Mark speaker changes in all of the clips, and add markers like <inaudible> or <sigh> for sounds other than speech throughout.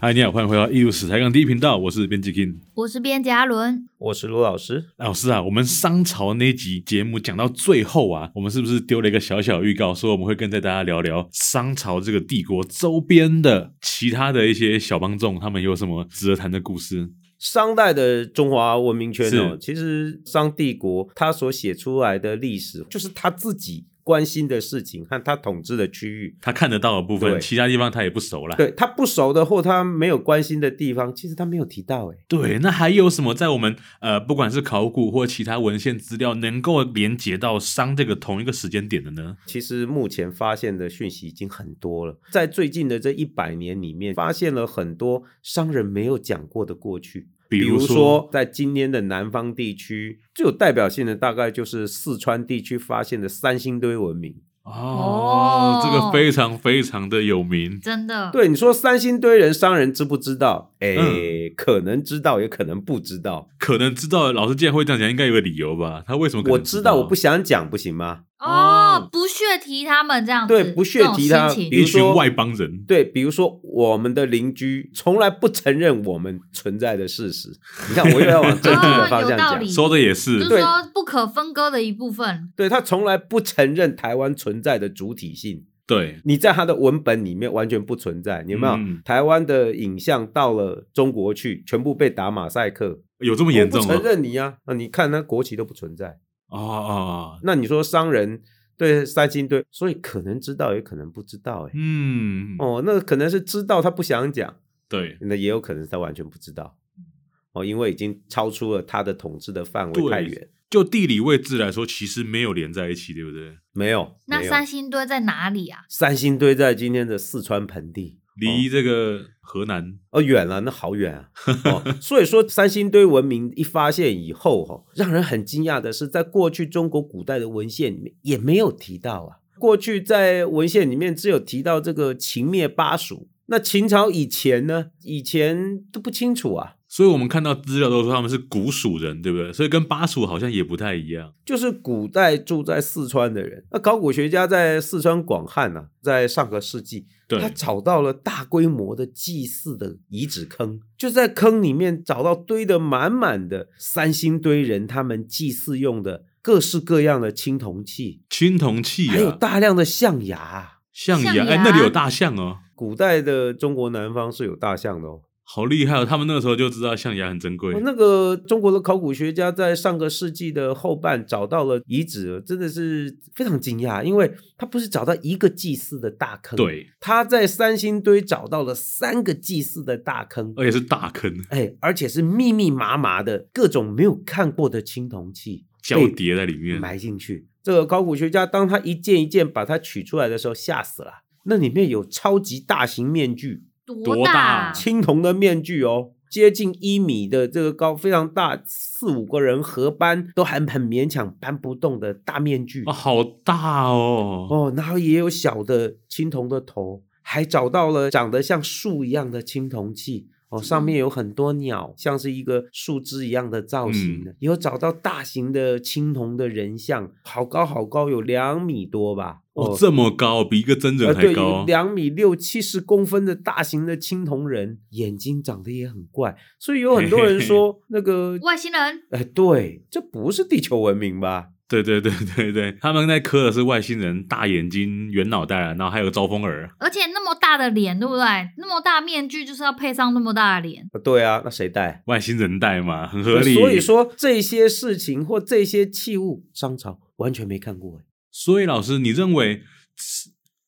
Speaker 1: 嗨，你好，欢迎回到艺术史台杠第一频道，我是编辑 King
Speaker 2: 我是编辑阿伦，
Speaker 3: 我是卢老师。
Speaker 1: 老师啊。我们商朝那集节目讲到最后啊，我们是不是丢了一个小小预告，说我们会跟着大家聊聊商朝这个帝国周边的其他的一些小帮众，他们有什么值得谈的故事？
Speaker 3: 商代的中华文明圈哦
Speaker 1: 是，
Speaker 3: 其实商帝国他所写出来的历史，就是他自己关心的事情和他统治的区域。
Speaker 1: 他看得到的部分，
Speaker 3: 对
Speaker 1: 其他地方他也不熟啦。
Speaker 3: 对他不熟的或他没有关心的地方，其实他没有提到、欸。
Speaker 1: 对，那还有什么在我们呃，不管是考古或其他文献资料，能够连接到商这个同一个时间点的呢？
Speaker 3: 其实目前发现的讯息已经很多了，在最近的这一百年里面，发现了很多商人没有讲过的过去。
Speaker 1: 比如
Speaker 3: 如
Speaker 1: 说
Speaker 3: 说，在今天的南方地区，最有代表性的大概就是四川地区发现的三星堆文明。
Speaker 2: 哦
Speaker 1: 这个非常非常的有名。
Speaker 2: 真的，
Speaker 3: 对，你说三星堆人商人知不知道？哎、
Speaker 1: 嗯
Speaker 3: 可能知道，也可能不知道。
Speaker 1: 可能知道老师既然会这样讲，应该有个理由吧？他为什么可能
Speaker 3: 我知道，我不想讲，不行吗？
Speaker 2: 哦，不屑提他们这样子，
Speaker 3: 对不屑提
Speaker 2: 这
Speaker 3: 他
Speaker 2: 种心
Speaker 3: 比
Speaker 2: 情
Speaker 3: 如
Speaker 1: 一群
Speaker 3: 说
Speaker 1: 外邦人，
Speaker 3: 对，比如说我们的邻居从来不承认我们存在的事实。你看，我又要往政治的方向
Speaker 2: <laughs> 哦有道
Speaker 3: 讲
Speaker 2: 理。
Speaker 1: 说的也，
Speaker 2: 就是
Speaker 3: 对
Speaker 2: 说不可分割的一部分，
Speaker 3: 对他从来不承认台湾存在的主体性，
Speaker 1: 对，
Speaker 3: 你在他的文本里面完全不存在，你有没有？
Speaker 1: 嗯
Speaker 3: 台湾的影像到了中国去，全部被打马赛克，
Speaker 1: 有这么严重
Speaker 3: 我
Speaker 1: 吗
Speaker 3: 不承？认你啊！那你看，那国旗都不存在。
Speaker 1: 哦哦，哦
Speaker 3: 那你说商人对三星堆，所以可能知道，也可能不知道、欸，
Speaker 1: 嗯，
Speaker 3: 哦，那可能是知道他不想讲，
Speaker 1: 对，
Speaker 3: 那也有可能是他完全不知道，哦，因为已经超出了他的统治的范
Speaker 1: 对
Speaker 3: 围太远。
Speaker 1: 就地理位置来说，其实没有连在一起，对不对？
Speaker 3: 没有，
Speaker 2: 那
Speaker 3: 没有
Speaker 2: 三星堆在哪里啊？
Speaker 3: 三星堆在今天的四川盆地，
Speaker 1: 离这个河南，
Speaker 3: 哦，远了，那好远啊！哦，所以说三星堆文明一发现以后，哈、哦，让人很惊讶的是，在过去中国古代的文献里面也没有提到啊。过去在文献里面只有提到这个秦灭巴蜀，那秦朝以前呢？以前都不清楚啊。
Speaker 1: 所以我们看到资料都说他们是古蜀人，对不对？所以跟巴蜀好像也不太一样。
Speaker 3: 就是古代住在四川的人，那考古学家在四川广汉呢、在上个世纪，
Speaker 1: 对
Speaker 3: 他找到了大规模的祭祀的遗址坑，就在坑里面找到堆得满满的三星堆人他们祭祀用的各式各样的青铜器，
Speaker 1: 青铜器
Speaker 3: 还有
Speaker 1: 啊，
Speaker 3: 大量的象牙。
Speaker 1: 象
Speaker 2: 象
Speaker 1: 牙，哎，
Speaker 2: 牙
Speaker 1: 那里有大象哦，
Speaker 3: 古代的中国南方是有大象的哦。
Speaker 1: 好厉害哦！他们那个时候就知道象牙很珍贵
Speaker 3: 哦。那个中国的考古学家在上个世纪的后半找到了遗址，真的是非常惊讶，因为他不是找到一个祭祀的大坑，，
Speaker 1: 对，
Speaker 3: 他在三星堆找到了三个祭祀的大坑，
Speaker 1: 而且是大坑，
Speaker 3: 哎，而且是密密麻麻的各种没有看过的青铜器
Speaker 1: 交叠在里面。
Speaker 3: 埋进去。这个考古学家当他一件一件把它取出来的时候，吓死了。那里面有超级大型面具，
Speaker 2: 多
Speaker 1: 多大
Speaker 2: 大？啊
Speaker 3: 青铜的面具哦，接近一米的这个高，非常大，四五个人合搬都还很勉强搬不动的大面具
Speaker 1: 啊，好大哦！
Speaker 3: 哦，然后也有小的青铜的头，还找到了长得像树一样的青铜器。哦，上
Speaker 1: 嗯
Speaker 3: 面有很多鸟，像是一个树枝一样的造
Speaker 1: 嗯
Speaker 3: 型的，也有找到大型的青铜的人像，好高好高，有两米多吧？
Speaker 1: 哦，这么高，比一个真人
Speaker 3: 呃，
Speaker 1: 还
Speaker 3: 对
Speaker 1: 高，。哦
Speaker 3: 两米六七十公分的大型的青铜人，眼睛长得也很怪，所以有很多人说那个，
Speaker 2: 外星人？
Speaker 3: 哎，对，这不是地球文明吧？
Speaker 1: 对对对对对，他们在磕的是外星人，大眼睛、圆脑袋啊，然后还有招风耳。
Speaker 2: 而且那么大的脸，对不对？那么大面具就是要配上那么大的脸，
Speaker 3: 呃对啊，那谁戴？
Speaker 1: 外星人带嘛，很合理。
Speaker 3: 呃所以，说这些事情或这些器物，商朝完全没看过哎。
Speaker 1: 所以老师，你认为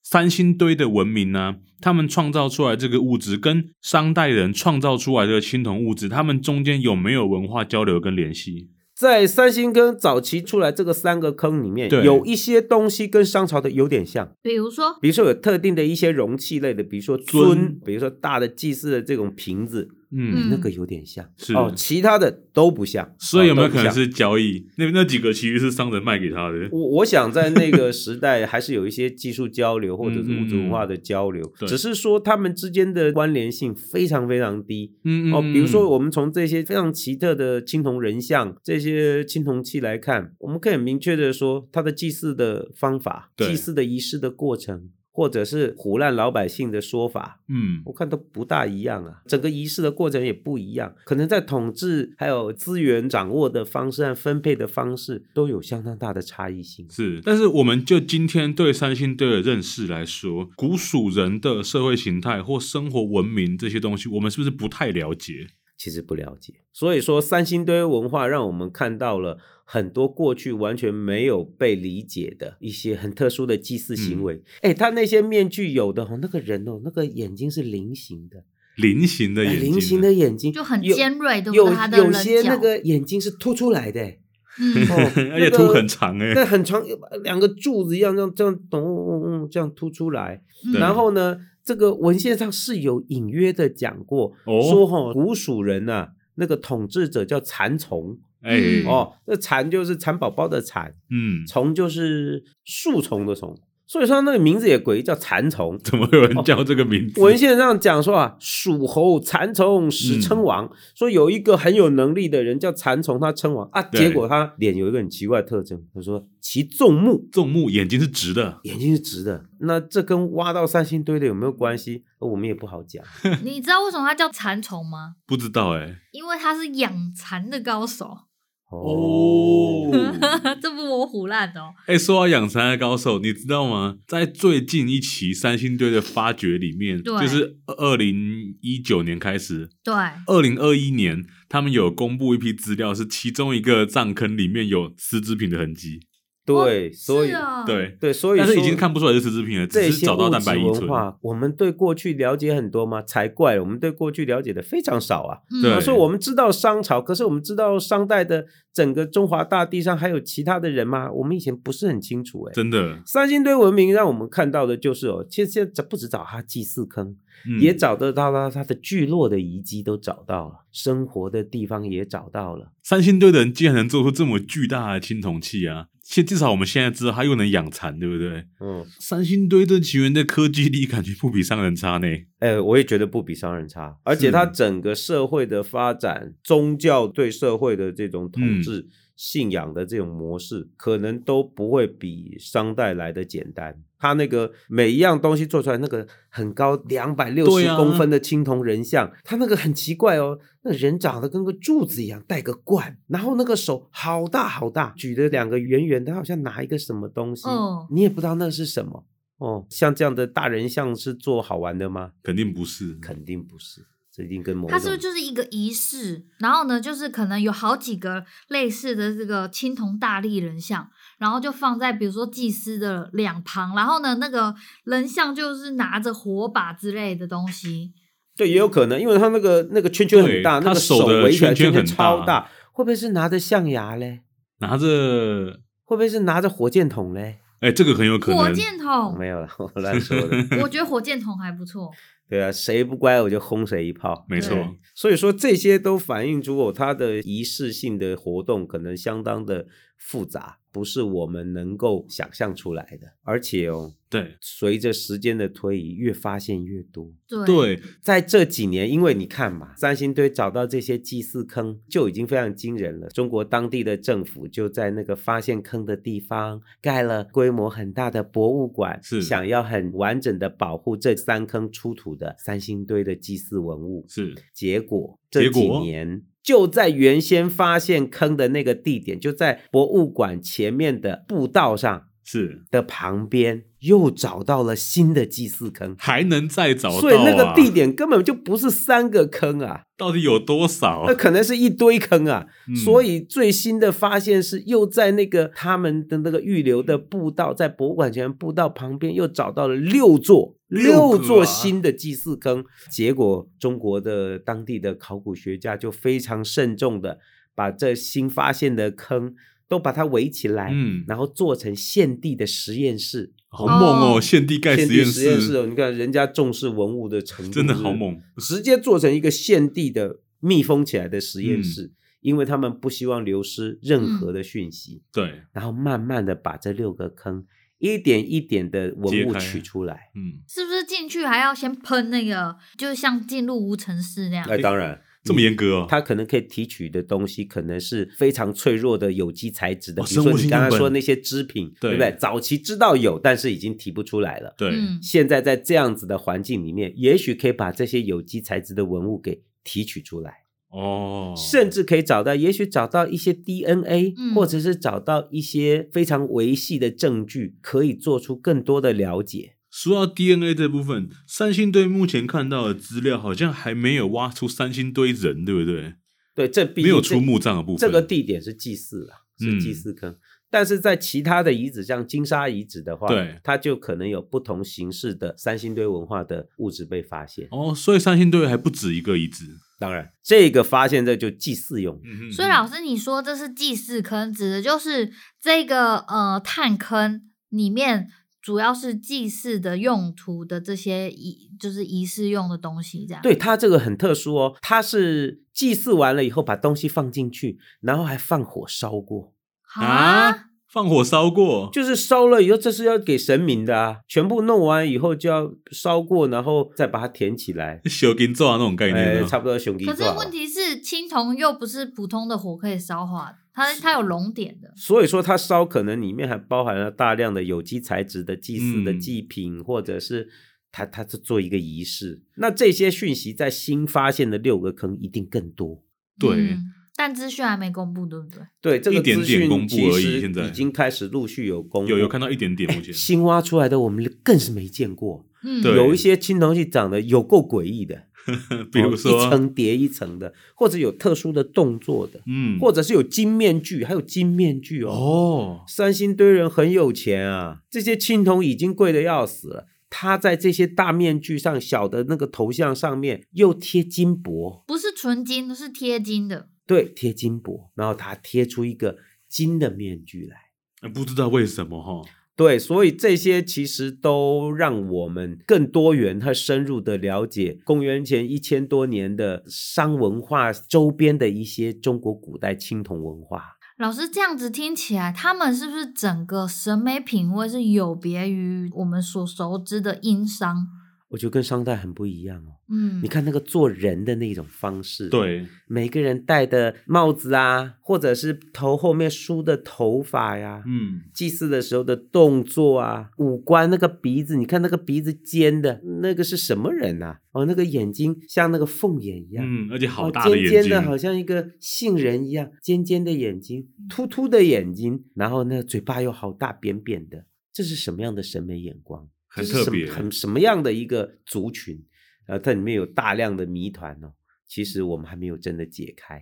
Speaker 1: 三星堆的文明呢、他们创造出来这个物质，跟商代人创造出来的青铜物质，他们中间有没有文化交流跟联系？
Speaker 3: 在三星跟早期出来这个三个坑里面，
Speaker 1: 对
Speaker 3: 有一些东西跟商朝的有点像，
Speaker 2: 比如说
Speaker 3: 比如说有特定的一些容器类的，比如说
Speaker 1: 尊
Speaker 3: 尊，比如说大的祭祀的这种瓶子，
Speaker 1: 嗯，
Speaker 2: 嗯
Speaker 3: 那个有点像，
Speaker 1: 是
Speaker 3: 哦，其他的都不像。
Speaker 1: 所以有没有
Speaker 3: 哦都不
Speaker 1: 可能
Speaker 3: 像
Speaker 1: 是交易？那那几个其实是商人卖给他的。
Speaker 3: 我我想在那个时代还是有一些技术交流或者是
Speaker 1: 嗯嗯
Speaker 3: 物质文化的交流，
Speaker 1: 对
Speaker 3: 只是说他们之间的关联性非常非常低。
Speaker 1: 嗯
Speaker 3: 哦，
Speaker 1: 嗯
Speaker 3: 比如
Speaker 1: 嗯
Speaker 3: 说我们从这些非常奇特的青铜人像、这些青铜器来看，我们可以很明确的说，它的祭祀的方法、
Speaker 1: 对
Speaker 3: 祭祀的仪式的过程。或者是胡乱老百姓的说法，
Speaker 1: 嗯
Speaker 3: 我看都不大一样啊，整个仪式的过程也不一样，可能在统治还有资源掌握的方式和分配的方式都有相当大的差异性。
Speaker 1: 是，但是我们就今天对三星堆的认识来说，古蜀人的社会形态或生活文明这些东西，我们是不是不太了解？
Speaker 3: 其实不了解。所以说，三星堆文化让我们看到了很多过去完全没有被理解的一些很特殊的祭
Speaker 1: 嗯
Speaker 3: 祀行为。哎、他那些面具有的哦，那个人哦，那个眼睛是菱形的，
Speaker 1: 菱形的眼睛呢，，
Speaker 3: 哎菱形的眼睛
Speaker 2: 就很
Speaker 3: 有
Speaker 2: 尖锐，对不
Speaker 3: 有
Speaker 2: 对？他的
Speaker 3: 有
Speaker 2: 棱
Speaker 3: 些那
Speaker 2: 角，
Speaker 3: 个眼睛是凸出来的，哎
Speaker 2: 嗯，
Speaker 3: <laughs> 哦
Speaker 1: 而且
Speaker 3: 那个
Speaker 1: 图很长哎、
Speaker 3: 那很长，两个柱子一样，这样这样咚咚咚咚这样凸出来。
Speaker 2: 嗯
Speaker 1: 对
Speaker 3: 然后呢，这个文献上是有隐约的讲过，
Speaker 1: 哦
Speaker 3: 说哈、古蜀人呐、那个统治者叫蚕丛
Speaker 1: 哎、
Speaker 2: 嗯
Speaker 3: 哦，那蚕就是蚕宝宝的蚕，
Speaker 1: 嗯，
Speaker 3: 虫就是树丛的虫，所以说那个名字也诡异，叫
Speaker 1: <laughs>
Speaker 3: 蚕虫。
Speaker 1: 怎么会有人叫这个名字？
Speaker 3: 文献上讲说啊，蜀侯蚕丛始称王，
Speaker 1: 嗯
Speaker 3: 说有一个很有能力的人叫蚕丛，他称王啊，
Speaker 1: 对
Speaker 3: 结果他脸有一个很奇怪的特征，他说其纵目。
Speaker 1: 众目眼睛是直的，
Speaker 3: 眼睛是直的，那这跟挖到三星堆的有没有关系？呃我们也不好讲。
Speaker 2: 你知道为什么它叫蚕虫吗？
Speaker 1: 不知道哎、
Speaker 2: 因为它是养蚕的高手， <laughs>
Speaker 3: <laughs>
Speaker 1: 哦， <laughs>
Speaker 2: 这不我胡乱的哦。
Speaker 1: 哎、说到养蚕的高手，你知道吗？在最近一期三星堆的发掘里面，
Speaker 2: 对
Speaker 1: 就是二零一九年开始，
Speaker 2: 对，
Speaker 1: 二零二一年他们有公布一批资料，是其中一个葬坑里面有丝织品的痕迹，
Speaker 3: 对，所以
Speaker 2: 是啊，，
Speaker 1: 对，
Speaker 3: 对，所以
Speaker 1: 但是已
Speaker 3: 说
Speaker 1: 经看不出来是丝织品了，
Speaker 3: 这
Speaker 1: 只是
Speaker 3: 些
Speaker 1: 找到
Speaker 3: 物
Speaker 1: 蛋
Speaker 3: 质
Speaker 1: 白遗
Speaker 3: 文
Speaker 1: 存。
Speaker 3: 化，我们对过去了解很多吗？才怪，我们对过去了解的非常少啊。
Speaker 2: 嗯
Speaker 1: 对
Speaker 3: 所以我们知道商朝，可是我们知道商代的整个中华大地上还有其他的人吗？我们以前不是很清楚哎、
Speaker 1: 真的，
Speaker 3: 三星堆文明让我们看到的就是哦，其实现在不止找它祭祀坑，
Speaker 1: 嗯、
Speaker 3: 也找得到它它的聚落的遗迹都找到了，生活的地方也找到了。
Speaker 1: 三星堆的人竟然能做出这么巨大的青铜器啊！现至少我们现在知道它又能养蚕，对不对？
Speaker 3: 嗯，
Speaker 1: 三星堆这起源的科技力感觉不比商人差呢。
Speaker 3: 哎，我也觉得不比商人差，而且它整个社会的发展，宗教对社会的这种
Speaker 1: 嗯
Speaker 3: 统治、信仰的这种模式，可能都不会比商代来的简单。它那个每一样东西做出来，那个很高两百六
Speaker 1: 对
Speaker 3: 十
Speaker 1: 啊
Speaker 3: 公分的青铜人像，它那个很奇怪哦，那人长得跟个柱子一样，带个冠，然后那个手好大好大，举着两个圆圆的，好像拿一个什么东西，
Speaker 2: 哦
Speaker 3: 你也不知道那是什么。哦，像这样的大人像是做好玩的吗？
Speaker 1: 肯定不是，
Speaker 3: 肯定不是，这一定跟某
Speaker 2: 它是不是
Speaker 3: 种
Speaker 2: 就是一个仪式？然后呢，就是可能有好几个类似的这个青铜大力人像，然后就放在比如说祭司的两旁，然后呢，那个人像就是拿着火把之类的东西，
Speaker 3: 对，也有可能，因为他那个那个圈圈很大，
Speaker 1: 对
Speaker 3: 那
Speaker 1: 他
Speaker 3: 个
Speaker 1: 手的
Speaker 3: 围起来
Speaker 1: 圈圈
Speaker 3: 圈
Speaker 1: 很
Speaker 3: 超
Speaker 1: 大
Speaker 3: 大，会不会是拿着象牙嘞？
Speaker 1: 拿着，
Speaker 3: 会不会是拿着火箭筒嘞？
Speaker 1: 哎、这个很有可能。
Speaker 2: 火箭筒。
Speaker 3: 没有了， <laughs> 我乱说
Speaker 1: <laughs>
Speaker 3: 的。
Speaker 2: 我觉得火箭筒还不错，
Speaker 3: 对啊，谁不乖我就轰谁一炮。
Speaker 1: 没错
Speaker 2: 对，
Speaker 3: 所以说这些都反映出哦，它的仪式性的活动可能相当的复杂，不是我们能够想象出来的。而且哦，
Speaker 1: 对
Speaker 3: 随着时间的推移，越发现越多。
Speaker 2: 对
Speaker 1: 对，
Speaker 3: 在这几年，因为你看嘛，三星堆找到这些祭祀坑就已经非常惊人了。中国当地的政府就在那个发现坑的地方盖了规模很大的博物馆，
Speaker 1: 是
Speaker 3: 想要很完整的保护这三坑出土的三星堆的祭祀文物。
Speaker 1: 是
Speaker 3: 结果
Speaker 1: 结
Speaker 3: 这
Speaker 1: 果
Speaker 3: 几年就在原先发现坑的那个地点，就在博物馆前面的步道上
Speaker 1: 是，
Speaker 3: 的旁边，又找到了新的祭祀坑。
Speaker 1: 还能再找到、啊。
Speaker 3: 所以那个地点根本就不是三个坑啊，
Speaker 1: 到底有多少？啊
Speaker 3: 那可能是一堆坑啊。
Speaker 1: 哦嗯
Speaker 3: 呃所以最新的发现是又在那个他们的那个预留的步道，在博物馆前步道旁边又找到了六座。
Speaker 1: 六个啊
Speaker 3: 六座新的祭祀坑，结果中国的当地的考古学家就非常慎重的把这新发现的坑都把它围起来，
Speaker 1: 嗯，
Speaker 3: 然后做成献地的实验室。
Speaker 1: 好猛哦，
Speaker 2: 哦
Speaker 1: 献地盖
Speaker 3: 献
Speaker 1: 实
Speaker 3: 地
Speaker 1: 验
Speaker 3: 实验室
Speaker 1: 室，
Speaker 3: 哦，你看人家重视文物的程度，
Speaker 1: 真的好。猛。
Speaker 3: 直接做成一个现地的密封起来的实
Speaker 1: 嗯
Speaker 3: 验室，因为他们不希望流失任何的讯息，
Speaker 1: 对，
Speaker 3: 然后慢慢的把这六个坑一点一点的
Speaker 1: 揭
Speaker 3: 文物
Speaker 1: 开
Speaker 3: 取出来。
Speaker 1: 嗯，哎
Speaker 2: 是不是进去还要先喷那个，就像进入无尘室那样？
Speaker 3: 当然，
Speaker 1: 这么严格哦。
Speaker 3: 它可能可以提取的东西，可能是非常脆弱的有机材质的，
Speaker 1: 哦
Speaker 3: 比如
Speaker 1: 生
Speaker 3: 说
Speaker 1: 物
Speaker 3: 你
Speaker 1: 性
Speaker 3: 刚刚
Speaker 1: 样本
Speaker 3: 说那些织品，
Speaker 1: 对
Speaker 3: 对不对？早期知道有，但是已经提不出来了。
Speaker 1: 对，
Speaker 2: 嗯
Speaker 3: 现在在这样子的环境里面，也许可以把这些有机材质的文物给提取出来，
Speaker 1: 哦，
Speaker 3: 甚至可以找到，也许找到一些 DNA，、
Speaker 2: 嗯
Speaker 3: 或者是找到一些非常维系的证据，可以做出更多的了解。
Speaker 1: 说到 DNA 这部分，三星堆目前看到的资料好像还没有挖出三星堆人，对不对？
Speaker 3: 对，这毕
Speaker 1: 没有
Speaker 3: 竟
Speaker 1: 出
Speaker 3: 这
Speaker 1: 墓葬的部分。
Speaker 3: 这个地点是祭祀了，是祭
Speaker 1: 嗯
Speaker 3: 祀坑。但是在其他的遗址，像金沙遗址的话，
Speaker 1: 对
Speaker 3: 它就可能有不同形式的三星堆文化的物质被发现。
Speaker 1: 哦，所以三星堆还不止一个遗址。
Speaker 3: 当然，这个发现这就祭祀用。
Speaker 1: 嗯哼
Speaker 2: 所以老师，你说这是祭祀坑，指的就是这个呃炭坑里面主要是祭祀的用途的这些仪，就是仪式用的东西，这样。
Speaker 3: 对它这个很特殊哦，它是祭祀完了以后把东西放进去，然后还放火烧过，
Speaker 2: 啊，，
Speaker 1: 放火烧过，
Speaker 3: 就是烧了以后，这是要给神明的啊，全部弄完以后就要烧过，然后再把它填起来，
Speaker 1: 修金做啊那种概念
Speaker 3: 哎，
Speaker 1: 啊。
Speaker 3: 差不多熊弟
Speaker 2: 可是
Speaker 3: 做好
Speaker 2: 问
Speaker 3: 了
Speaker 1: 哦
Speaker 2: 题是，青铜又不是普通的火可以烧化的，它它有熔点的。
Speaker 3: 所以说，它烧可能里面还包含了大量的有机材质的祭祀的
Speaker 1: 嗯
Speaker 3: 祭品，或者是它它是做一个仪式。那这些讯息在新发现的六个坑一定更多。
Speaker 1: 对
Speaker 2: 嗯但资讯还没公布，对不对？
Speaker 3: 对，这个
Speaker 1: 一点
Speaker 3: 资
Speaker 1: 点公布
Speaker 3: 讯其
Speaker 1: 而已
Speaker 3: 实
Speaker 1: 现在
Speaker 3: 已经开始陆续有公布，
Speaker 1: 有有看到一点点，目前
Speaker 3: 新挖出来的，我们更是没见过。
Speaker 2: 嗯，
Speaker 1: 对
Speaker 3: 有一些青铜器长得有够诡异的，
Speaker 1: <laughs> 比如
Speaker 3: 哦一
Speaker 1: 说，
Speaker 3: 层叠一层的，或者有特殊的动作的，
Speaker 1: 嗯，
Speaker 3: 或者是有金面具，还有金面具
Speaker 1: 哦，
Speaker 3: 三星堆人很有钱啊，这些青铜已经贵的要死了。他在这些大面具上、小的那个头像上面又贴金箔，
Speaker 2: 不是纯金，是贴金的。
Speaker 3: 对，贴金箔，然后他贴出一个金的面具来，
Speaker 1: 呃不知道为什么哈。
Speaker 3: 对，所以这些其实都让我们更多元和深入的了解公元前一千多年的商文化周边的一些中国古代青铜文化。
Speaker 2: 老师这样子听起来，他们是不是整个审美品味是有别于我们所熟知的殷商？
Speaker 3: 我觉得跟商代很不一样哦，
Speaker 2: 嗯，
Speaker 3: 你看那个做人的那种方式，。
Speaker 1: 对，
Speaker 3: 每个人戴的帽子啊，或者是头后面梳的头发呀、
Speaker 1: 嗯，
Speaker 3: 祭祀的时候的动作啊，五官那个鼻子，你看那个鼻子尖的那个是什么人呐、哦，那个眼睛像那个凤眼一样，
Speaker 1: 嗯，而且好
Speaker 3: 哦
Speaker 1: 大的眼
Speaker 3: 尖
Speaker 1: 睛，
Speaker 3: 尖的，好像一个杏仁一样，尖尖的眼睛，
Speaker 1: 嗯
Speaker 3: 凸凸的眼睛，然后那个嘴巴又好大扁扁的，这是什么样的审美眼光？
Speaker 1: 很
Speaker 3: 这是
Speaker 1: 特
Speaker 3: 什么
Speaker 1: 别
Speaker 3: 很什么样的一个族群？然后它里面有大量的谜团哦，其实我们还没有真的解开。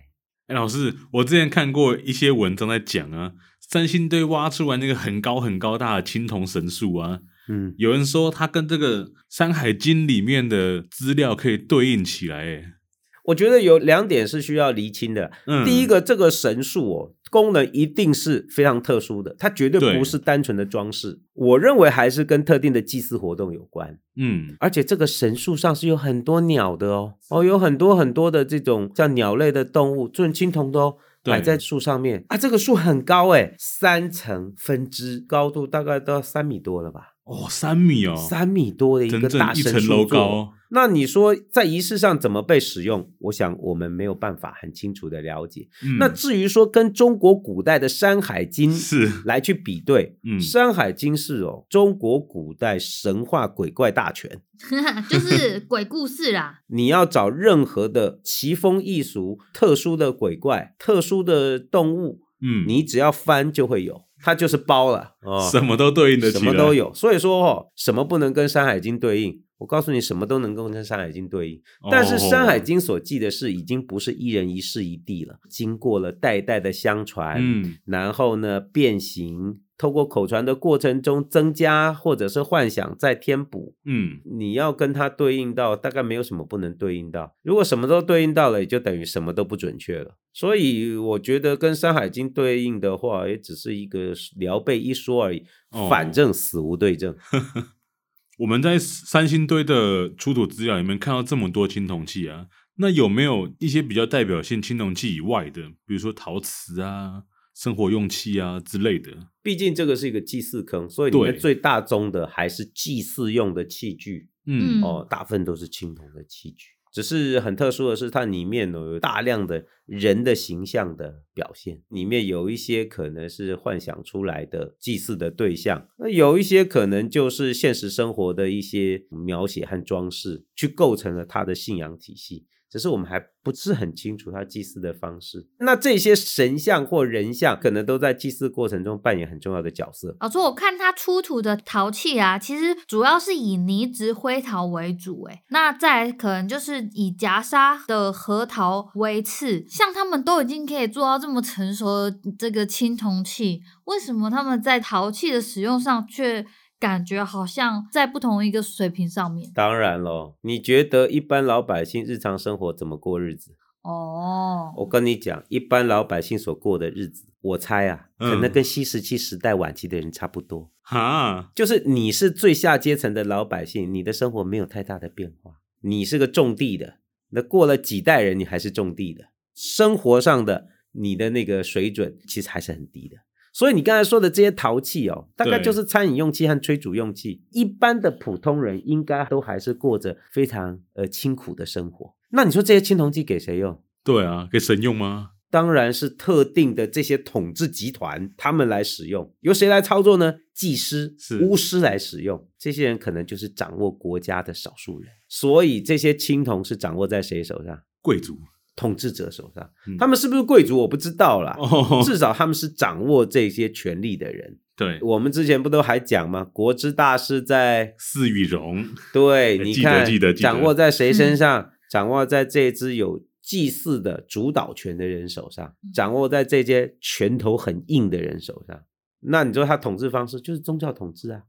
Speaker 1: 哎，老师，我之前看过一些文章在讲啊，三星堆挖出来那个很高很高大的青铜神树啊，
Speaker 3: 嗯，
Speaker 1: 有人说它跟这个《山海经》里面的资料可以对应起来，哎，
Speaker 3: 我觉得有两点是需要厘清的。
Speaker 1: 嗯
Speaker 3: 第一个，这个神树哦，功能一定是非常特殊的，它绝对
Speaker 1: 对
Speaker 3: 不是单纯的装饰。我认为还是跟特定的祭祀活动有关。
Speaker 1: 嗯，
Speaker 3: 而且这个神树上是有很多鸟的哦，哦，有很多很多的这种像鸟类的动物，准青铜的哦，
Speaker 1: 对
Speaker 3: 摆在树上面啊。这个树很高哎，三层分支，高度大概都要三米多了吧，
Speaker 1: 哦，三米哦，
Speaker 3: 三米多的一个
Speaker 1: 整整
Speaker 3: 大
Speaker 1: 一
Speaker 3: 神
Speaker 1: 层
Speaker 3: 树
Speaker 1: 楼
Speaker 3: 座
Speaker 1: 高。哦
Speaker 3: 那你说在仪式上怎么被使用？我想我们没有办法很清楚的了解。
Speaker 1: 嗯
Speaker 3: 那至于说跟中国古代的《山海经》
Speaker 1: 是
Speaker 3: 来去比对，
Speaker 1: 嗯
Speaker 3: 山海经》是哦中国古代神话鬼怪大全。
Speaker 2: <laughs> 就是鬼故事啦。
Speaker 3: 你要找任何的奇风异俗、特殊的鬼怪、特殊的动物，
Speaker 1: 嗯，
Speaker 3: 你只要翻就会有，它就是包了哦，
Speaker 1: 什么都对应的，
Speaker 3: 什么都。有。所以说哦，什么不能跟《山海经》对应？我告诉你，什么都能够跟《山海经》对应。
Speaker 1: 哦
Speaker 3: 但是《山海经》所记的事已经不是一人一事一地了，经过了代代的相传，
Speaker 1: 嗯，
Speaker 3: 然后呢变形，透过口传的过程中增加或者是幻想再添补，
Speaker 1: 嗯
Speaker 3: 你要跟它对应到，大概没有什么不能对应到。如果什么都对应到了，也就等于什么都不准确了。所以我觉得跟《山海经》对应的话，也只是一个聊备一说而已。
Speaker 1: 哦
Speaker 3: 反正死无
Speaker 1: <laughs>
Speaker 3: 对证。
Speaker 1: 我们在三星堆的出土资料里面看到这么多青铜器啊，那有没有一些比较代表性青铜器以外的，比如说陶瓷啊、生活用器啊之类的？
Speaker 3: 毕竟这个是一个祭祀坑，所以里面
Speaker 1: 对
Speaker 3: 最大宗的还是祭祀用的器具、
Speaker 1: 嗯，
Speaker 2: 嗯
Speaker 3: 哦，大部分都是青铜的器具。只是很特殊的是，它里面呢有大量的人的形象的表现，里面有一些可能是幻想出来的祭祀的对象，那有一些可能就是现实生活的一些描写和装饰，去构成了它的信仰体系。只是我们还不是很清楚他祭祀的方式。那这些神像或人像，可能都在祭祀过程中扮演很重要的角色。
Speaker 2: 老朱，我看它出土的陶器啊，其实主要是以泥质灰陶为主，诶，那再来可能就是以夹沙的核桃为次。像他们都已经可以做到这么成熟的这个青铜器，为什么他们在陶器的使用上却感觉好像在不同一个水平上面？
Speaker 3: 当然喽，你觉得一般老百姓日常生活怎么过日子？
Speaker 2: 哦，
Speaker 3: 我跟你讲，一般老百姓所过的日子，我猜啊，
Speaker 1: 嗯
Speaker 3: 可能跟新石器时代晚期的人差不多。
Speaker 1: 哈，
Speaker 3: 就是你是最下阶层的老百姓，你的生活没有太大的变化。你是个种地的，那过了几代人，你还是种地的，生活上的你的那个水准其实还是很低的。所以你刚才说的这些陶器哦，大概
Speaker 1: 对
Speaker 3: 就是餐饮用器和炊煮用器。一般的普通人应该都还是过着非常呃清苦的生活。那你说这些青铜器给谁用？
Speaker 1: 对啊，给神用吗？
Speaker 3: 当然是特定的这些统治集团他们来使用，由谁来操作呢？技师
Speaker 1: 是、
Speaker 3: 巫师来使用。这些人可能就是掌握国家的少数人，所以这些青铜是掌握在谁手上？
Speaker 1: 贵族
Speaker 3: 统治者手上
Speaker 1: 嗯。
Speaker 3: 他们是不是贵族？我不知道啦。
Speaker 1: 哦，
Speaker 3: 至少他们是掌握这些权力的人。
Speaker 1: 对，
Speaker 3: 我们之前不都还讲吗？国之大事在
Speaker 1: 四羽绒， <laughs>
Speaker 3: 对，
Speaker 1: 哎
Speaker 3: 你
Speaker 1: 记得
Speaker 3: 看，
Speaker 1: 记得记得
Speaker 3: 掌握在谁身上？掌握在这支有祭祀的主导权的人手上，掌握在这些拳头很硬的人手上。那你说他统治方式就是宗教统治啊？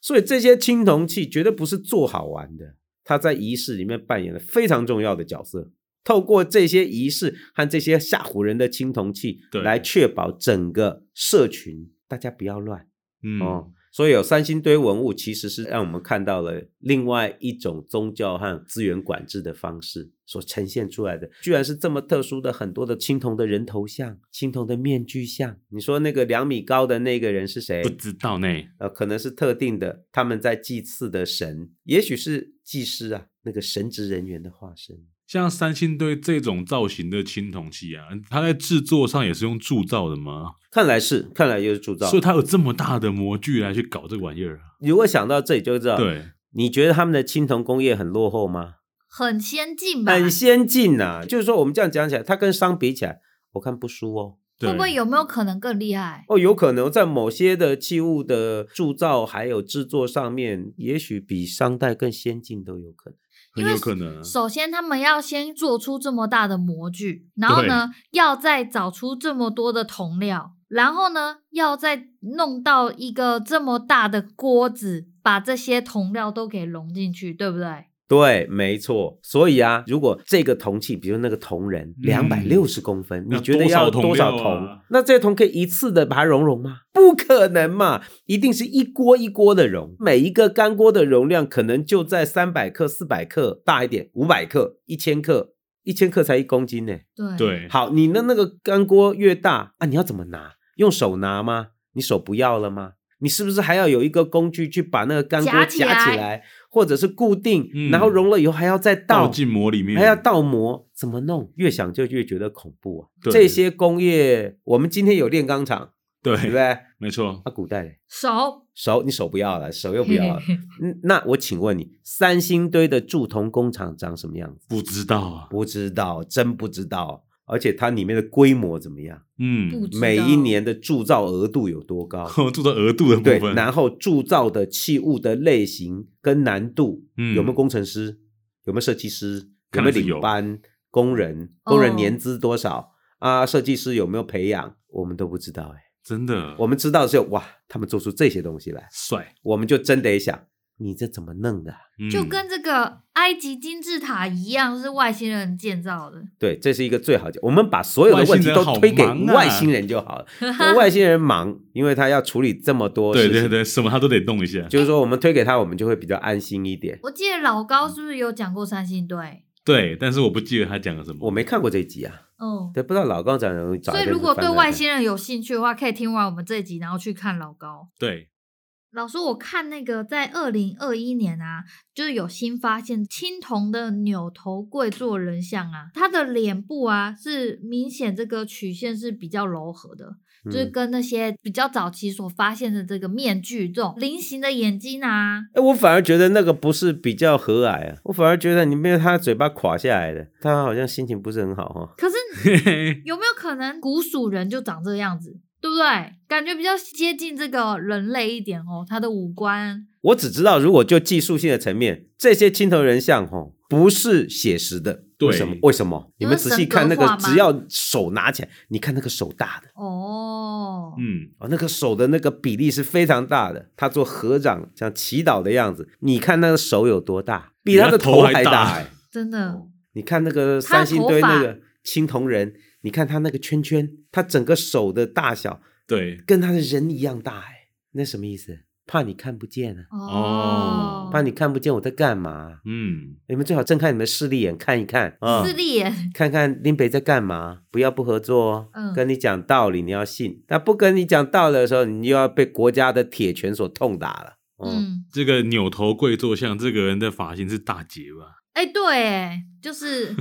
Speaker 3: 所以这些青铜器绝对不是做好玩的，它在仪式里面扮演了非常重要的角色。透过这些仪式和这些吓唬人的青铜器
Speaker 1: 对，
Speaker 3: 来确保整个社群大家不要乱。
Speaker 1: 嗯，
Speaker 3: 哦，所以有三星堆文物，其实是让我们看到了另外一种宗教和资源管制的方式所呈现出来的，居然是这么特殊的很多的青铜的人头像、青铜的面具像。你说那个两米高的那个人是谁
Speaker 1: 不？知道呢，
Speaker 3: 呃，可能是特定的他们在祭祀的神，也许是祭师啊，那个神职人员的化身。
Speaker 1: 像三星堆这种造型的青铜器啊，它在制作上也是用铸造的吗？
Speaker 3: 看来是，看来又是铸造
Speaker 1: 所。以它有这么大的模具来去搞这个玩意儿啊？
Speaker 3: 如果想到这里就知道，，
Speaker 1: 对，
Speaker 3: 你觉得他们的青铜工业很落后吗？
Speaker 2: 很先进吧？
Speaker 3: 很先进呐、就是说，我们这样讲起来，它跟商比起来，我看不输哦。
Speaker 1: 对
Speaker 2: 会不会有没有可能更厉害？
Speaker 3: 哦，有可能在某些的器物的铸造还有制作上面，也许比商代更先进都有可能。
Speaker 1: 很有可
Speaker 3: 嗯
Speaker 1: 能啊、
Speaker 2: 首先，他们要先做出这么大的模具，然后呢，要再找出这么多的铜料，然后呢，要再弄到一个这么大的锅子，把这些铜料都给融进去，对不对？
Speaker 3: 对，没错。所以啊，如果这个铜器，比如那个铜人，两百六十公分，
Speaker 1: 嗯那
Speaker 3: 你觉得
Speaker 1: 多少
Speaker 3: 要
Speaker 1: 铜
Speaker 3: 多少
Speaker 1: 料啊
Speaker 3: 铜？那这些铜可以一次的把它熔融吗？不可能嘛，一定是一锅一锅的熔，每一个干锅的容量可能就在三百克、四百克，大一点五百克、一千克，一千克才一公斤呢、
Speaker 2: 对，
Speaker 1: 对，
Speaker 3: 好，你的那个干锅越大啊，你要怎么拿？用手拿吗？你手不要了吗？你是不是还要有一个工具去把那个干锅
Speaker 2: 夹
Speaker 3: 夹
Speaker 2: 起
Speaker 3: 起
Speaker 2: 来
Speaker 3: 来，或者是固定，
Speaker 1: 嗯
Speaker 3: 然后融了以后还要再
Speaker 1: 倒
Speaker 3: 倒，
Speaker 1: 进嗯模里面
Speaker 3: 还要倒模，怎么弄？越想就越觉得恐怖啊！
Speaker 1: 对
Speaker 3: 这些工业，我们今天有炼钢厂，对不
Speaker 1: 对，
Speaker 3: 对？
Speaker 1: 没错，
Speaker 3: 啊，古代嘞
Speaker 2: 手
Speaker 3: 手你手不要了，手又
Speaker 2: <laughs>
Speaker 3: 不要了。嗯那我请问你，三星堆的铸铜工厂长什么样子？
Speaker 1: 不知道啊，
Speaker 3: 不知道，真不知道。而且它里面的规模怎么样？
Speaker 2: 不
Speaker 1: <laughs> 嗯，？
Speaker 2: 知道
Speaker 3: 每一年的铸造额度有多高
Speaker 1: <laughs> 铸造额度的
Speaker 3: 对
Speaker 1: 部，分，
Speaker 3: 然后铸造的器物的类型跟难度，
Speaker 1: 嗯
Speaker 3: 有没有工程师？有没有设计师？有
Speaker 1: 看
Speaker 3: 没
Speaker 1: 来
Speaker 3: 有
Speaker 1: 是
Speaker 3: 领
Speaker 1: 有
Speaker 3: 班？工人？
Speaker 2: 哦
Speaker 3: 工人年资多少？啊，设计师有没有培养？我们都不知道哎、
Speaker 1: 真的，
Speaker 3: 我们知道的只有哇，他们做出这些东西来，
Speaker 1: 帅，
Speaker 3: 我们就真得想，你这怎么弄的啊、
Speaker 1: 嗯
Speaker 2: 就跟这个埃及金字塔一样，是外星人建造的。
Speaker 3: 对，这是一个最好解。我们把所有的问题都推给
Speaker 1: 外星人好忙啊
Speaker 3: 外星人就好了。那外星人忙，因为他要处理这么多事
Speaker 1: 对
Speaker 3: 情。
Speaker 1: 对对，什么他都得动一下，
Speaker 3: 就是说我们推给他，我们就会比较安心一点。
Speaker 2: 我记得老
Speaker 3: 嗯
Speaker 2: 高是不是有讲过三星堆？
Speaker 1: 对，但是我不记得他讲了什么，
Speaker 3: 我没看过这一集啊，
Speaker 2: 嗯，
Speaker 3: 对，不知道老高讲的东西。找一
Speaker 2: 所以
Speaker 3: 遍
Speaker 2: 如果
Speaker 3: 翻
Speaker 2: 对
Speaker 3: 来
Speaker 2: 外
Speaker 3: 看
Speaker 2: 星人有兴趣的话，可以听完我们这集，然后去看老高。
Speaker 1: 对， <laughs>
Speaker 2: 老师，我看那个在二零二一年啊，就是有新发现青铜的扭头跪坐人像啊，它的脸部啊是明显这个曲线是比较柔和的，就是
Speaker 3: 嗯
Speaker 2: 跟那些比较早期所发现的这个面具这种菱形的眼睛啊，
Speaker 3: 哎、我反而觉得那个不是比较和蔼啊，我反而觉得你没有他嘴巴垮下来的，他好像心情不是很好哈、 <laughs>
Speaker 2: 可是
Speaker 1: 嘿嘿
Speaker 2: 有没有可能古蜀人就长这个样子，对不对？感觉比较接近这个人类一点哦，他的五官
Speaker 3: 我只知道，如果就技术性的层面，这些青头人像哈、不是写实的，
Speaker 1: 对
Speaker 3: 为什么？为什么？你
Speaker 2: 有
Speaker 3: 们
Speaker 2: 那
Speaker 3: 仔
Speaker 2: 神
Speaker 3: 细
Speaker 2: 格
Speaker 3: 看那
Speaker 2: 化
Speaker 3: 个，
Speaker 2: 吗
Speaker 3: 只要手拿起来，你看那个手大的
Speaker 2: 哦，
Speaker 1: 嗯，
Speaker 3: 哦，那个手的那个比例是非常大的，他做合掌像祈祷的样子，你看那个手有多大，比
Speaker 1: 比他
Speaker 3: 他的
Speaker 1: 头
Speaker 3: 头
Speaker 1: 还
Speaker 3: 还
Speaker 1: 大
Speaker 3: 大哎、
Speaker 2: 真的
Speaker 3: 你看那个
Speaker 2: 他的
Speaker 3: 三星
Speaker 2: 头
Speaker 3: 堆那
Speaker 2: 发
Speaker 3: 个青铜人，你看他那个圈圈，他整个手的大小
Speaker 1: <laughs> 对，
Speaker 3: 跟他的人一样大哎、那什么意思？怕你看不见啊，
Speaker 1: 哦
Speaker 3: 怕你看不见我在干嘛？啊
Speaker 1: 嗯，
Speaker 3: 你们最好睁开你们的势利眼看一看啊，
Speaker 2: 视力 <laughs> 眼
Speaker 3: 看看林北在干嘛，不要不合作哦。
Speaker 2: 嗯
Speaker 3: 跟你讲道理你要信，那不跟你讲道理的时候，你又要被国家的铁拳所痛打了。嗯，
Speaker 2: 嗯，
Speaker 1: 这个扭头跪坐像这个人的发型是大姐吧？
Speaker 2: 哎、对，哎，就是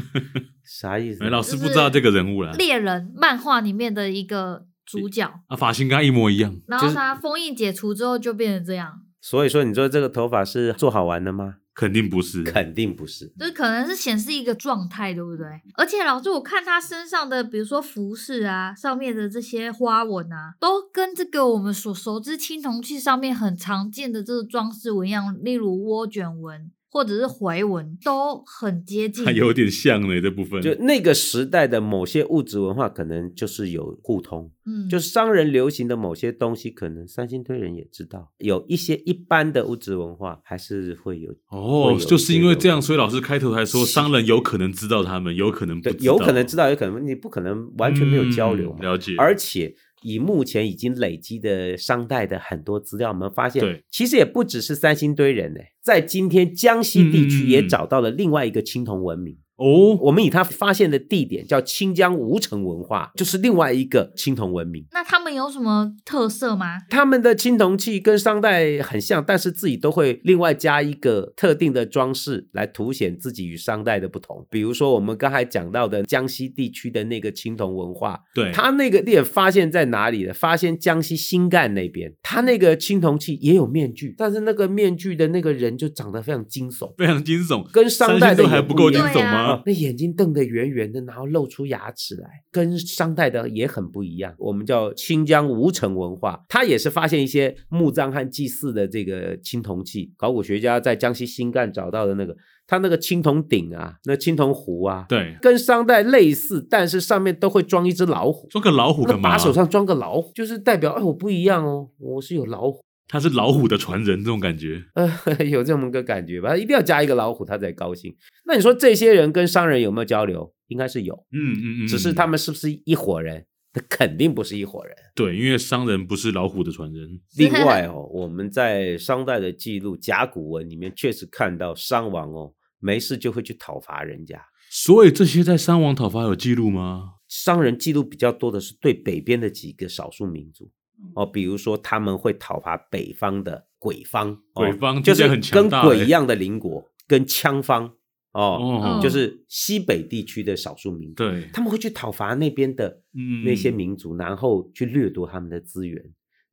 Speaker 3: 啥意思
Speaker 1: 哎，？老师
Speaker 2: 就是
Speaker 1: 不知道这个人物啦，
Speaker 2: 猎人漫画里面的一个主角，
Speaker 1: 啊，发型跟他一模一样，
Speaker 2: 然后他封印解除之后就变成这样，
Speaker 3: 所以说，你说这个头发是做好玩的吗？
Speaker 1: 肯定不是，
Speaker 3: 肯定不是。
Speaker 1: 嗯
Speaker 2: 就是可能是显示一个状态，对不对？而且老师，我看他身上的，比如说服饰啊，上面的这些花纹啊，都跟这个我们所熟知青铜器上面很常见的这个装饰纹样，例如涡卷纹或者是回纹，都很接近
Speaker 1: 他。有点像呢这部分，
Speaker 3: 就那个时代的某些物质文化，可能就是有互通，
Speaker 2: 嗯，
Speaker 3: 就是商人流行的某些东西，可能三星堆人也知道。有一些一般的物质文化，还是会有会
Speaker 1: 哦，
Speaker 3: 有
Speaker 1: 就是
Speaker 3: 一
Speaker 1: 因
Speaker 3: 些
Speaker 1: 为
Speaker 3: 有
Speaker 1: 这样，所以老师开头才说，
Speaker 3: 是
Speaker 1: 商人有可能知道他们，有可能不
Speaker 3: 对
Speaker 1: 知，道，
Speaker 3: 有可能知道，有可能你不可能完全没有交流
Speaker 1: 嗯
Speaker 3: 嘛。
Speaker 1: 了解，
Speaker 3: 而且以目前已经累积的商代的很多资料，我们发
Speaker 1: 对
Speaker 3: 现，其实也不只是三星堆人呢、在今天江西地
Speaker 1: 嗯嗯嗯
Speaker 3: 区也
Speaker 1: 嗯
Speaker 3: 找到了另外一个青铜文明。
Speaker 1: 哦，
Speaker 3: 我们以它发现的地点叫清江吴城文化，就是另外一个青铜文明。
Speaker 2: 那他们有什么特色吗？
Speaker 3: 他们的青铜器跟商代很像，但是自己都会另外加一个特定的装饰来凸显自己与商代的不同。比如说我们刚才讲到的江西地区的那个青铜文化，
Speaker 1: 对，
Speaker 3: 它那个店发现在哪里的？发现江西新干那边，它那个青铜器也有面具，但是那个面具的那个人就长得非常惊悚。
Speaker 1: 非常惊悚，
Speaker 3: 跟商
Speaker 1: 三
Speaker 3: 代
Speaker 1: 星
Speaker 3: 的
Speaker 1: 都还
Speaker 3: 也
Speaker 1: 不
Speaker 3: 不
Speaker 1: 够
Speaker 3: 一
Speaker 1: 惊
Speaker 3: 样
Speaker 1: 悚
Speaker 3: 啊
Speaker 1: 吗？，
Speaker 3: 那眼睛瞪得圆圆的，然后露出牙齿来，跟商代的也很不一样。我们叫新疆吴城文化，它也是发现一些墓葬和祭祀的这个青铜器。考古学家在江西新干找到的那个，它那个青铜鼎啊，那青铜壶啊，
Speaker 1: 对，
Speaker 3: 跟商代类似，但是上面都会装一只老虎。
Speaker 1: 装个老虎
Speaker 3: 那
Speaker 1: 干嘛？啊
Speaker 3: 把手上装个老虎，就是代表哎，我不一样哦，我是有老虎， <laughs>
Speaker 1: 他是老虎的传人，这种感觉，
Speaker 3: 呃，有这么个感觉吧？一定要加一个老虎，他才高兴。那你说这些人跟商人有没有交流？应该是有，
Speaker 1: 嗯嗯嗯，
Speaker 3: 只是他们是不是一伙人？那肯定不是
Speaker 1: <laughs>
Speaker 3: 一伙人。
Speaker 1: 对，因为商人不是老虎的传人，
Speaker 3: 另外哦，我们在商代的记录甲骨文里面确实看到商王哦，没事就会去讨伐人家。
Speaker 1: 所以这些在商王讨伐有记录吗？
Speaker 3: 商人记录比较多的是对北边的几个少数民族
Speaker 1: 嗯
Speaker 3: 哦，比如说他们会讨伐北方的鬼方，哦
Speaker 1: 鬼方
Speaker 3: 就
Speaker 1: 听起来
Speaker 3: 是
Speaker 1: 很强
Speaker 3: 跟
Speaker 1: 大欸
Speaker 3: 鬼一样的邻国，跟羌方哦，
Speaker 1: 哦，
Speaker 3: 就
Speaker 2: 嗯
Speaker 3: 是西北地区的少数民族，
Speaker 1: 对，
Speaker 3: 他们会去讨伐那边的
Speaker 1: 嗯，
Speaker 3: 那些民族，然后去掠夺他们的资源，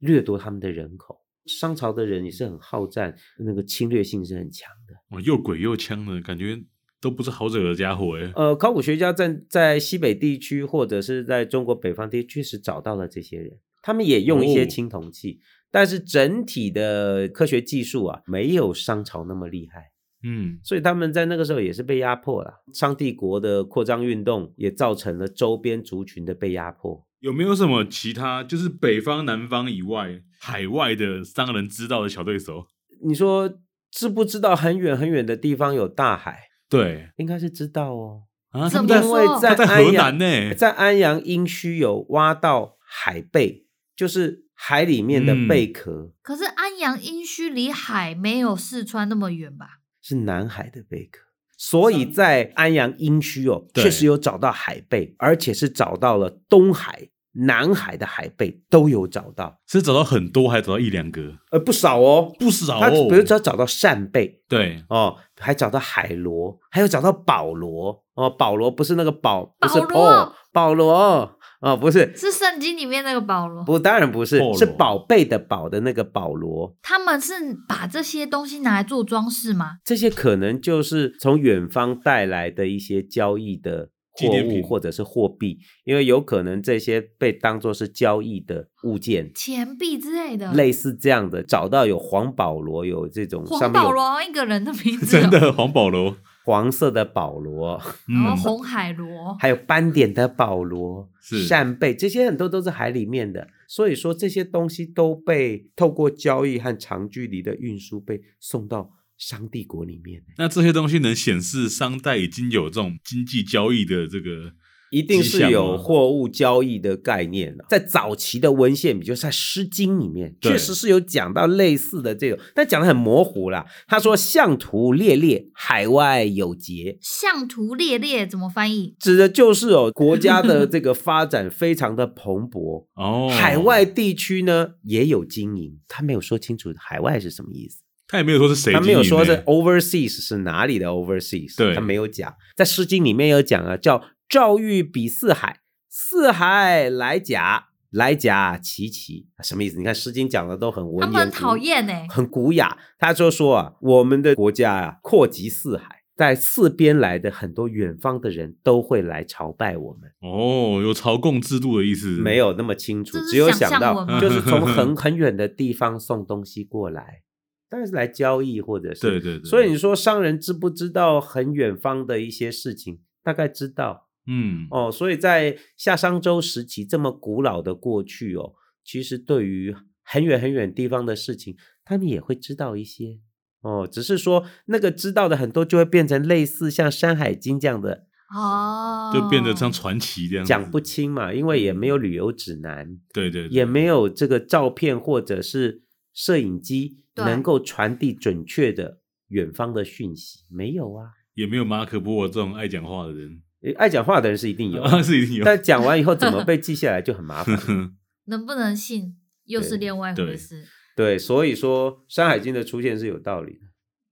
Speaker 3: 掠夺他们的人口。商朝的人也是很好战，那个侵略性是很强的。
Speaker 1: 哦，又鬼又枪的感觉，都不是好惹的家伙哎，
Speaker 3: 呃，考古学家在在西北地区或者是在中国北方地区确实找到了这些人，他们也用一
Speaker 1: 哦
Speaker 3: 些青铜器，但是整体的科学技术啊，没有商朝那么厉害，
Speaker 1: 嗯，
Speaker 3: 所以他们在那个时候也是被压迫了。商帝国的扩张运动也造成了周边族群的被压迫。
Speaker 1: 有没有什么其他就是北方、南方以外，海外的商人知道的小对手？
Speaker 3: 你说知不知道很远很远的地方有大海？
Speaker 1: 对
Speaker 3: 应该是知道哦，
Speaker 1: 啊，他
Speaker 2: 怎
Speaker 1: 们
Speaker 2: 么
Speaker 1: 在
Speaker 3: 因为
Speaker 2: 说
Speaker 1: 他
Speaker 3: 在
Speaker 1: 在
Speaker 3: 安
Speaker 1: 河南
Speaker 3: 阳
Speaker 1: 呢，
Speaker 3: <laughs> 在安阳殷墟有挖到海贝，就是海里面的
Speaker 1: 嗯
Speaker 3: 贝壳，
Speaker 2: 可是安阳殷墟离海没有四川那么远吧？
Speaker 3: 是南海的贝壳。所以在安阳殷墟哦，
Speaker 1: 对
Speaker 3: 确实有找到海贝，而且是找到了东海南海的海贝都有找到，
Speaker 1: 是找到很多，还找到一两个，
Speaker 3: 呃，不少哦。
Speaker 1: 不少
Speaker 3: 他
Speaker 1: 哦。
Speaker 3: 比如只要找到扇贝
Speaker 1: 对，
Speaker 3: 哦，还找到海螺，还有找到保罗哦，保罗不是那个保，不是
Speaker 2: 保罗
Speaker 3: Paul，保罗哦，不是，
Speaker 2: 是圣经里面那个保罗，
Speaker 3: 不，当然不是
Speaker 1: 保，罗
Speaker 3: 是宝贝的宝的那个保罗。
Speaker 2: 他们是把这些东西拿来做装饰吗？
Speaker 3: 这些可能就是从远方带来的一些交易的
Speaker 1: 纪
Speaker 3: 货
Speaker 1: 念品
Speaker 3: 物或者是货币，因为有可能这些被当做是交易的物件，
Speaker 2: 钱币之类的，
Speaker 3: 类似这样的，找到有黄保罗，有这种上
Speaker 2: 黄
Speaker 3: 面
Speaker 2: 保
Speaker 3: 有
Speaker 2: 罗一个人的
Speaker 3: <laughs>
Speaker 2: 名字哦，
Speaker 1: 真
Speaker 3: 啊
Speaker 1: 的黄保罗，
Speaker 3: 黄色的保罗，
Speaker 2: 然后
Speaker 1: 嗯，
Speaker 2: 红海螺，
Speaker 3: 还有斑点的保罗、
Speaker 1: <laughs> 是
Speaker 3: 扇贝，这些很多都是海里面的，所以说这些东西都被透过交易和长距离的运输被送到商帝国里面。
Speaker 1: 那这些东西能显示商代已经有这种经济交易的这个
Speaker 3: 一定是
Speaker 1: 迹象
Speaker 3: 有
Speaker 1: 吗
Speaker 3: 货物交易的概念啊了。在早期的文献，比如在《诗经》里面，
Speaker 1: 对
Speaker 3: 确实是有讲到类似的这种，但讲的很模糊啦。他说：“象图猎猎，海外有节。”
Speaker 2: 象图列列怎么翻译？
Speaker 3: 指的就是哦，国家的这个发展非常的蓬勃，
Speaker 1: <laughs> 哦，
Speaker 3: 海外地区呢也有经营。他没有说清楚海外是什么意思，
Speaker 1: 他也没有说是谁经
Speaker 3: 他
Speaker 1: 营的，
Speaker 3: 没有说这 overseas 是哪里的 overseas，
Speaker 1: 对
Speaker 3: 他没有讲。在《诗经》里面有讲啊，叫“赵欲比四海，四海来甲，来甲其齐”，什么意思？你看《诗经》讲的都很文
Speaker 2: 他
Speaker 3: 言，
Speaker 2: 们很讨，厌哎、
Speaker 3: 很古雅。他就说啊，我们的国家啊，扩及四海，在四边来的很多远方的人都会来朝拜我们。
Speaker 1: 哦，有朝贡制度的意思，
Speaker 3: 没有那么清楚
Speaker 2: 这，是
Speaker 3: 只有
Speaker 2: 想
Speaker 3: 想
Speaker 2: 象
Speaker 3: 到
Speaker 2: 文吗
Speaker 3: 就是从很很远的地方送东西过来，当然是来交易或者是
Speaker 1: 对对对，
Speaker 3: 所以你说商人知不知道很远方的一些事情？大概知道
Speaker 1: 嗯，
Speaker 3: 哦。所以在夏商周时期这么古老的过去哦，其实对于很远很远地方的事情，他们也会知道一些哦。只是说那个知道的很多，就会变成类似像《山海经》这样的 <laughs>
Speaker 2: 哦，
Speaker 1: 就变得像传奇这样子，
Speaker 3: 讲不清嘛，因为也没有旅游指南，
Speaker 1: 对嗯对，对
Speaker 3: 也没有这个照片或者是摄影机
Speaker 2: 对
Speaker 3: 能够传递准确的远方的讯息，没有啊。
Speaker 1: 也没有马可波罗这种爱讲话的人，
Speaker 3: 诶爱讲话的人是一
Speaker 1: <laughs>
Speaker 3: 定有的，
Speaker 1: 啊是一定有，
Speaker 3: 但讲完以后怎么被记下来就很麻烦。 <laughs>
Speaker 2: 能不能信又是
Speaker 3: 对
Speaker 2: 另外一回
Speaker 1: 对
Speaker 3: <laughs>
Speaker 2: 事。
Speaker 3: 对，所以说《山海经》的出现是有道理的，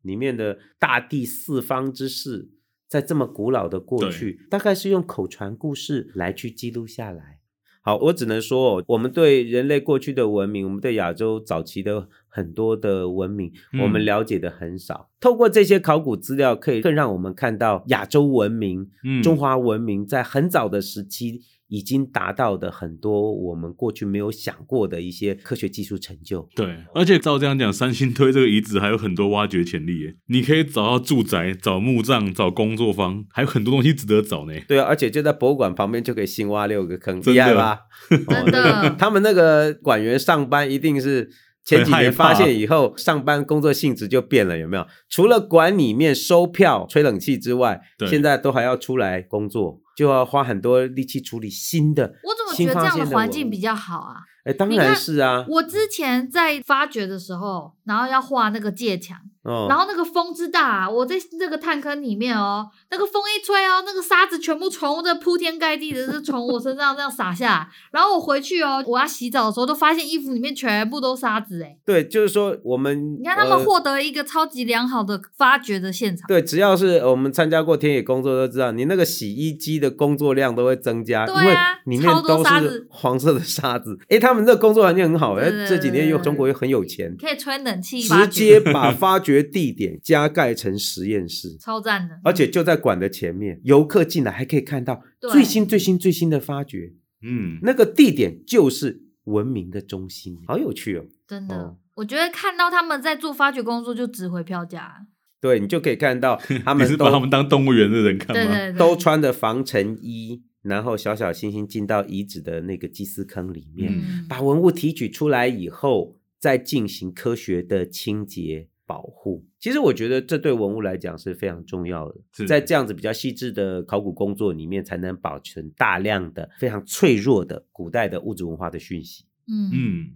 Speaker 3: 里面的大地四方之事，在这么古老的过去，大概是用口传故事来去记录下来。好，我只能说哦，我们对人类过去的文明，我们对亚洲早期的很多的文明，
Speaker 1: 嗯
Speaker 3: 我们了解的很少。透过这些考古资料，可以更让我们看到亚洲文明
Speaker 1: 嗯，
Speaker 3: 中华文明在很早的时期已经达到的很多我们过去没有想过的一些科学技术成就。
Speaker 1: 对，而且照这样讲，三星堆这个遗址还有很多挖掘潜力耶，你可以找到住宅、找墓葬、找工作坊，还有很多东西值得找呢。
Speaker 3: 对啊，而且就在博物馆旁边就可以新挖六个坑，啊
Speaker 1: 真的
Speaker 3: 厉
Speaker 1: <laughs>
Speaker 3: 害吧？
Speaker 2: 真的
Speaker 3: 哦他们那个馆员上班一定是前几
Speaker 1: 很害
Speaker 3: 年
Speaker 1: 怕
Speaker 3: 发现以后，上班工作性质就变了，有没有？除了馆里面收票、吹冷气之外
Speaker 1: 对，
Speaker 3: 现在都还要出来工作，就要花很多力气处理新的。
Speaker 2: 我怎么
Speaker 3: 新
Speaker 2: 觉得
Speaker 3: 发
Speaker 2: 这样
Speaker 3: 现
Speaker 2: 的
Speaker 3: 的
Speaker 2: 环
Speaker 3: 文
Speaker 2: 境
Speaker 3: 物
Speaker 2: 比较好啊？
Speaker 3: 哎，当
Speaker 2: 你
Speaker 3: 然
Speaker 2: 看
Speaker 3: 是啊，
Speaker 2: 我之前在发掘的时候，然后要画那个界墙，
Speaker 3: 哦，
Speaker 2: 然后那个风之大、啊，我在那个探坑里面哦，那个风一吹哦，那个沙子全部从这铺天盖地的是从我身上这样洒下来，然后我回去哦，我要洗澡的时候都发现衣服里面全部都沙子哎，
Speaker 3: 对，就是说我们
Speaker 2: 你看他们
Speaker 3: 呃
Speaker 2: 获得一个超级良好的发掘的现场，
Speaker 3: 对，只要是呃我们参加过田野工作都知道，你那个洗衣机的工作量都会增加，
Speaker 2: 对啊
Speaker 3: 因为里
Speaker 2: 超
Speaker 3: 面
Speaker 2: 多
Speaker 3: 都
Speaker 2: 沙
Speaker 3: 是
Speaker 2: 子
Speaker 3: 黄色的沙子。诶，他们这个工作环境很好，
Speaker 2: 对
Speaker 3: 诶，
Speaker 2: 对
Speaker 3: 这几年
Speaker 2: 对
Speaker 3: 又
Speaker 2: 对
Speaker 3: 中国又很有钱，
Speaker 2: 可以吹冷气发
Speaker 3: 直
Speaker 2: 掘， <laughs>
Speaker 3: 接把发掘地点加盖成实验室，
Speaker 2: 超赞的。
Speaker 3: 而且就在馆的前面，游客进来还可以看到
Speaker 2: 对
Speaker 3: 最新最新最新的发掘，
Speaker 1: 嗯，
Speaker 3: 那个地点就是文明的中心，好有趣哦。
Speaker 2: 真的，
Speaker 3: 哦
Speaker 2: 我觉得看到他们在做发掘工作就值回票价。
Speaker 3: 对你就可以
Speaker 1: <laughs>
Speaker 3: 看到他们
Speaker 1: 你是
Speaker 3: 都
Speaker 1: 把他们当动物园的人看
Speaker 2: 对
Speaker 1: 吗？
Speaker 2: 对对，
Speaker 3: 都穿着防尘衣，然后小小心心进到遗址的那个祭祀坑里面，
Speaker 2: 嗯，
Speaker 3: 把文物提取出来以后，再进行科学的清洁保护。其实我觉得这对文物来讲是非常重要
Speaker 1: 是
Speaker 3: 的，在这样子比较细致的考古工作里面，才能保存大量的非常脆弱的古代的物质文化的讯息。
Speaker 2: 嗯
Speaker 1: 嗯，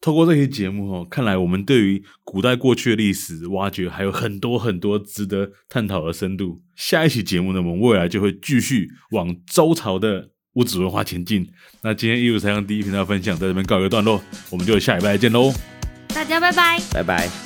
Speaker 1: 透过这期节目哦，看来我们对于古代过去的历史挖掘还有很多很多值得探讨的深度。下一期节目呢，我们未来就会继续往周朝的我只文化前进。那今天一五三央第一频道分享在这边告一个段落，我们就下礼拜再见喽。
Speaker 2: 大家拜拜。
Speaker 3: 拜拜。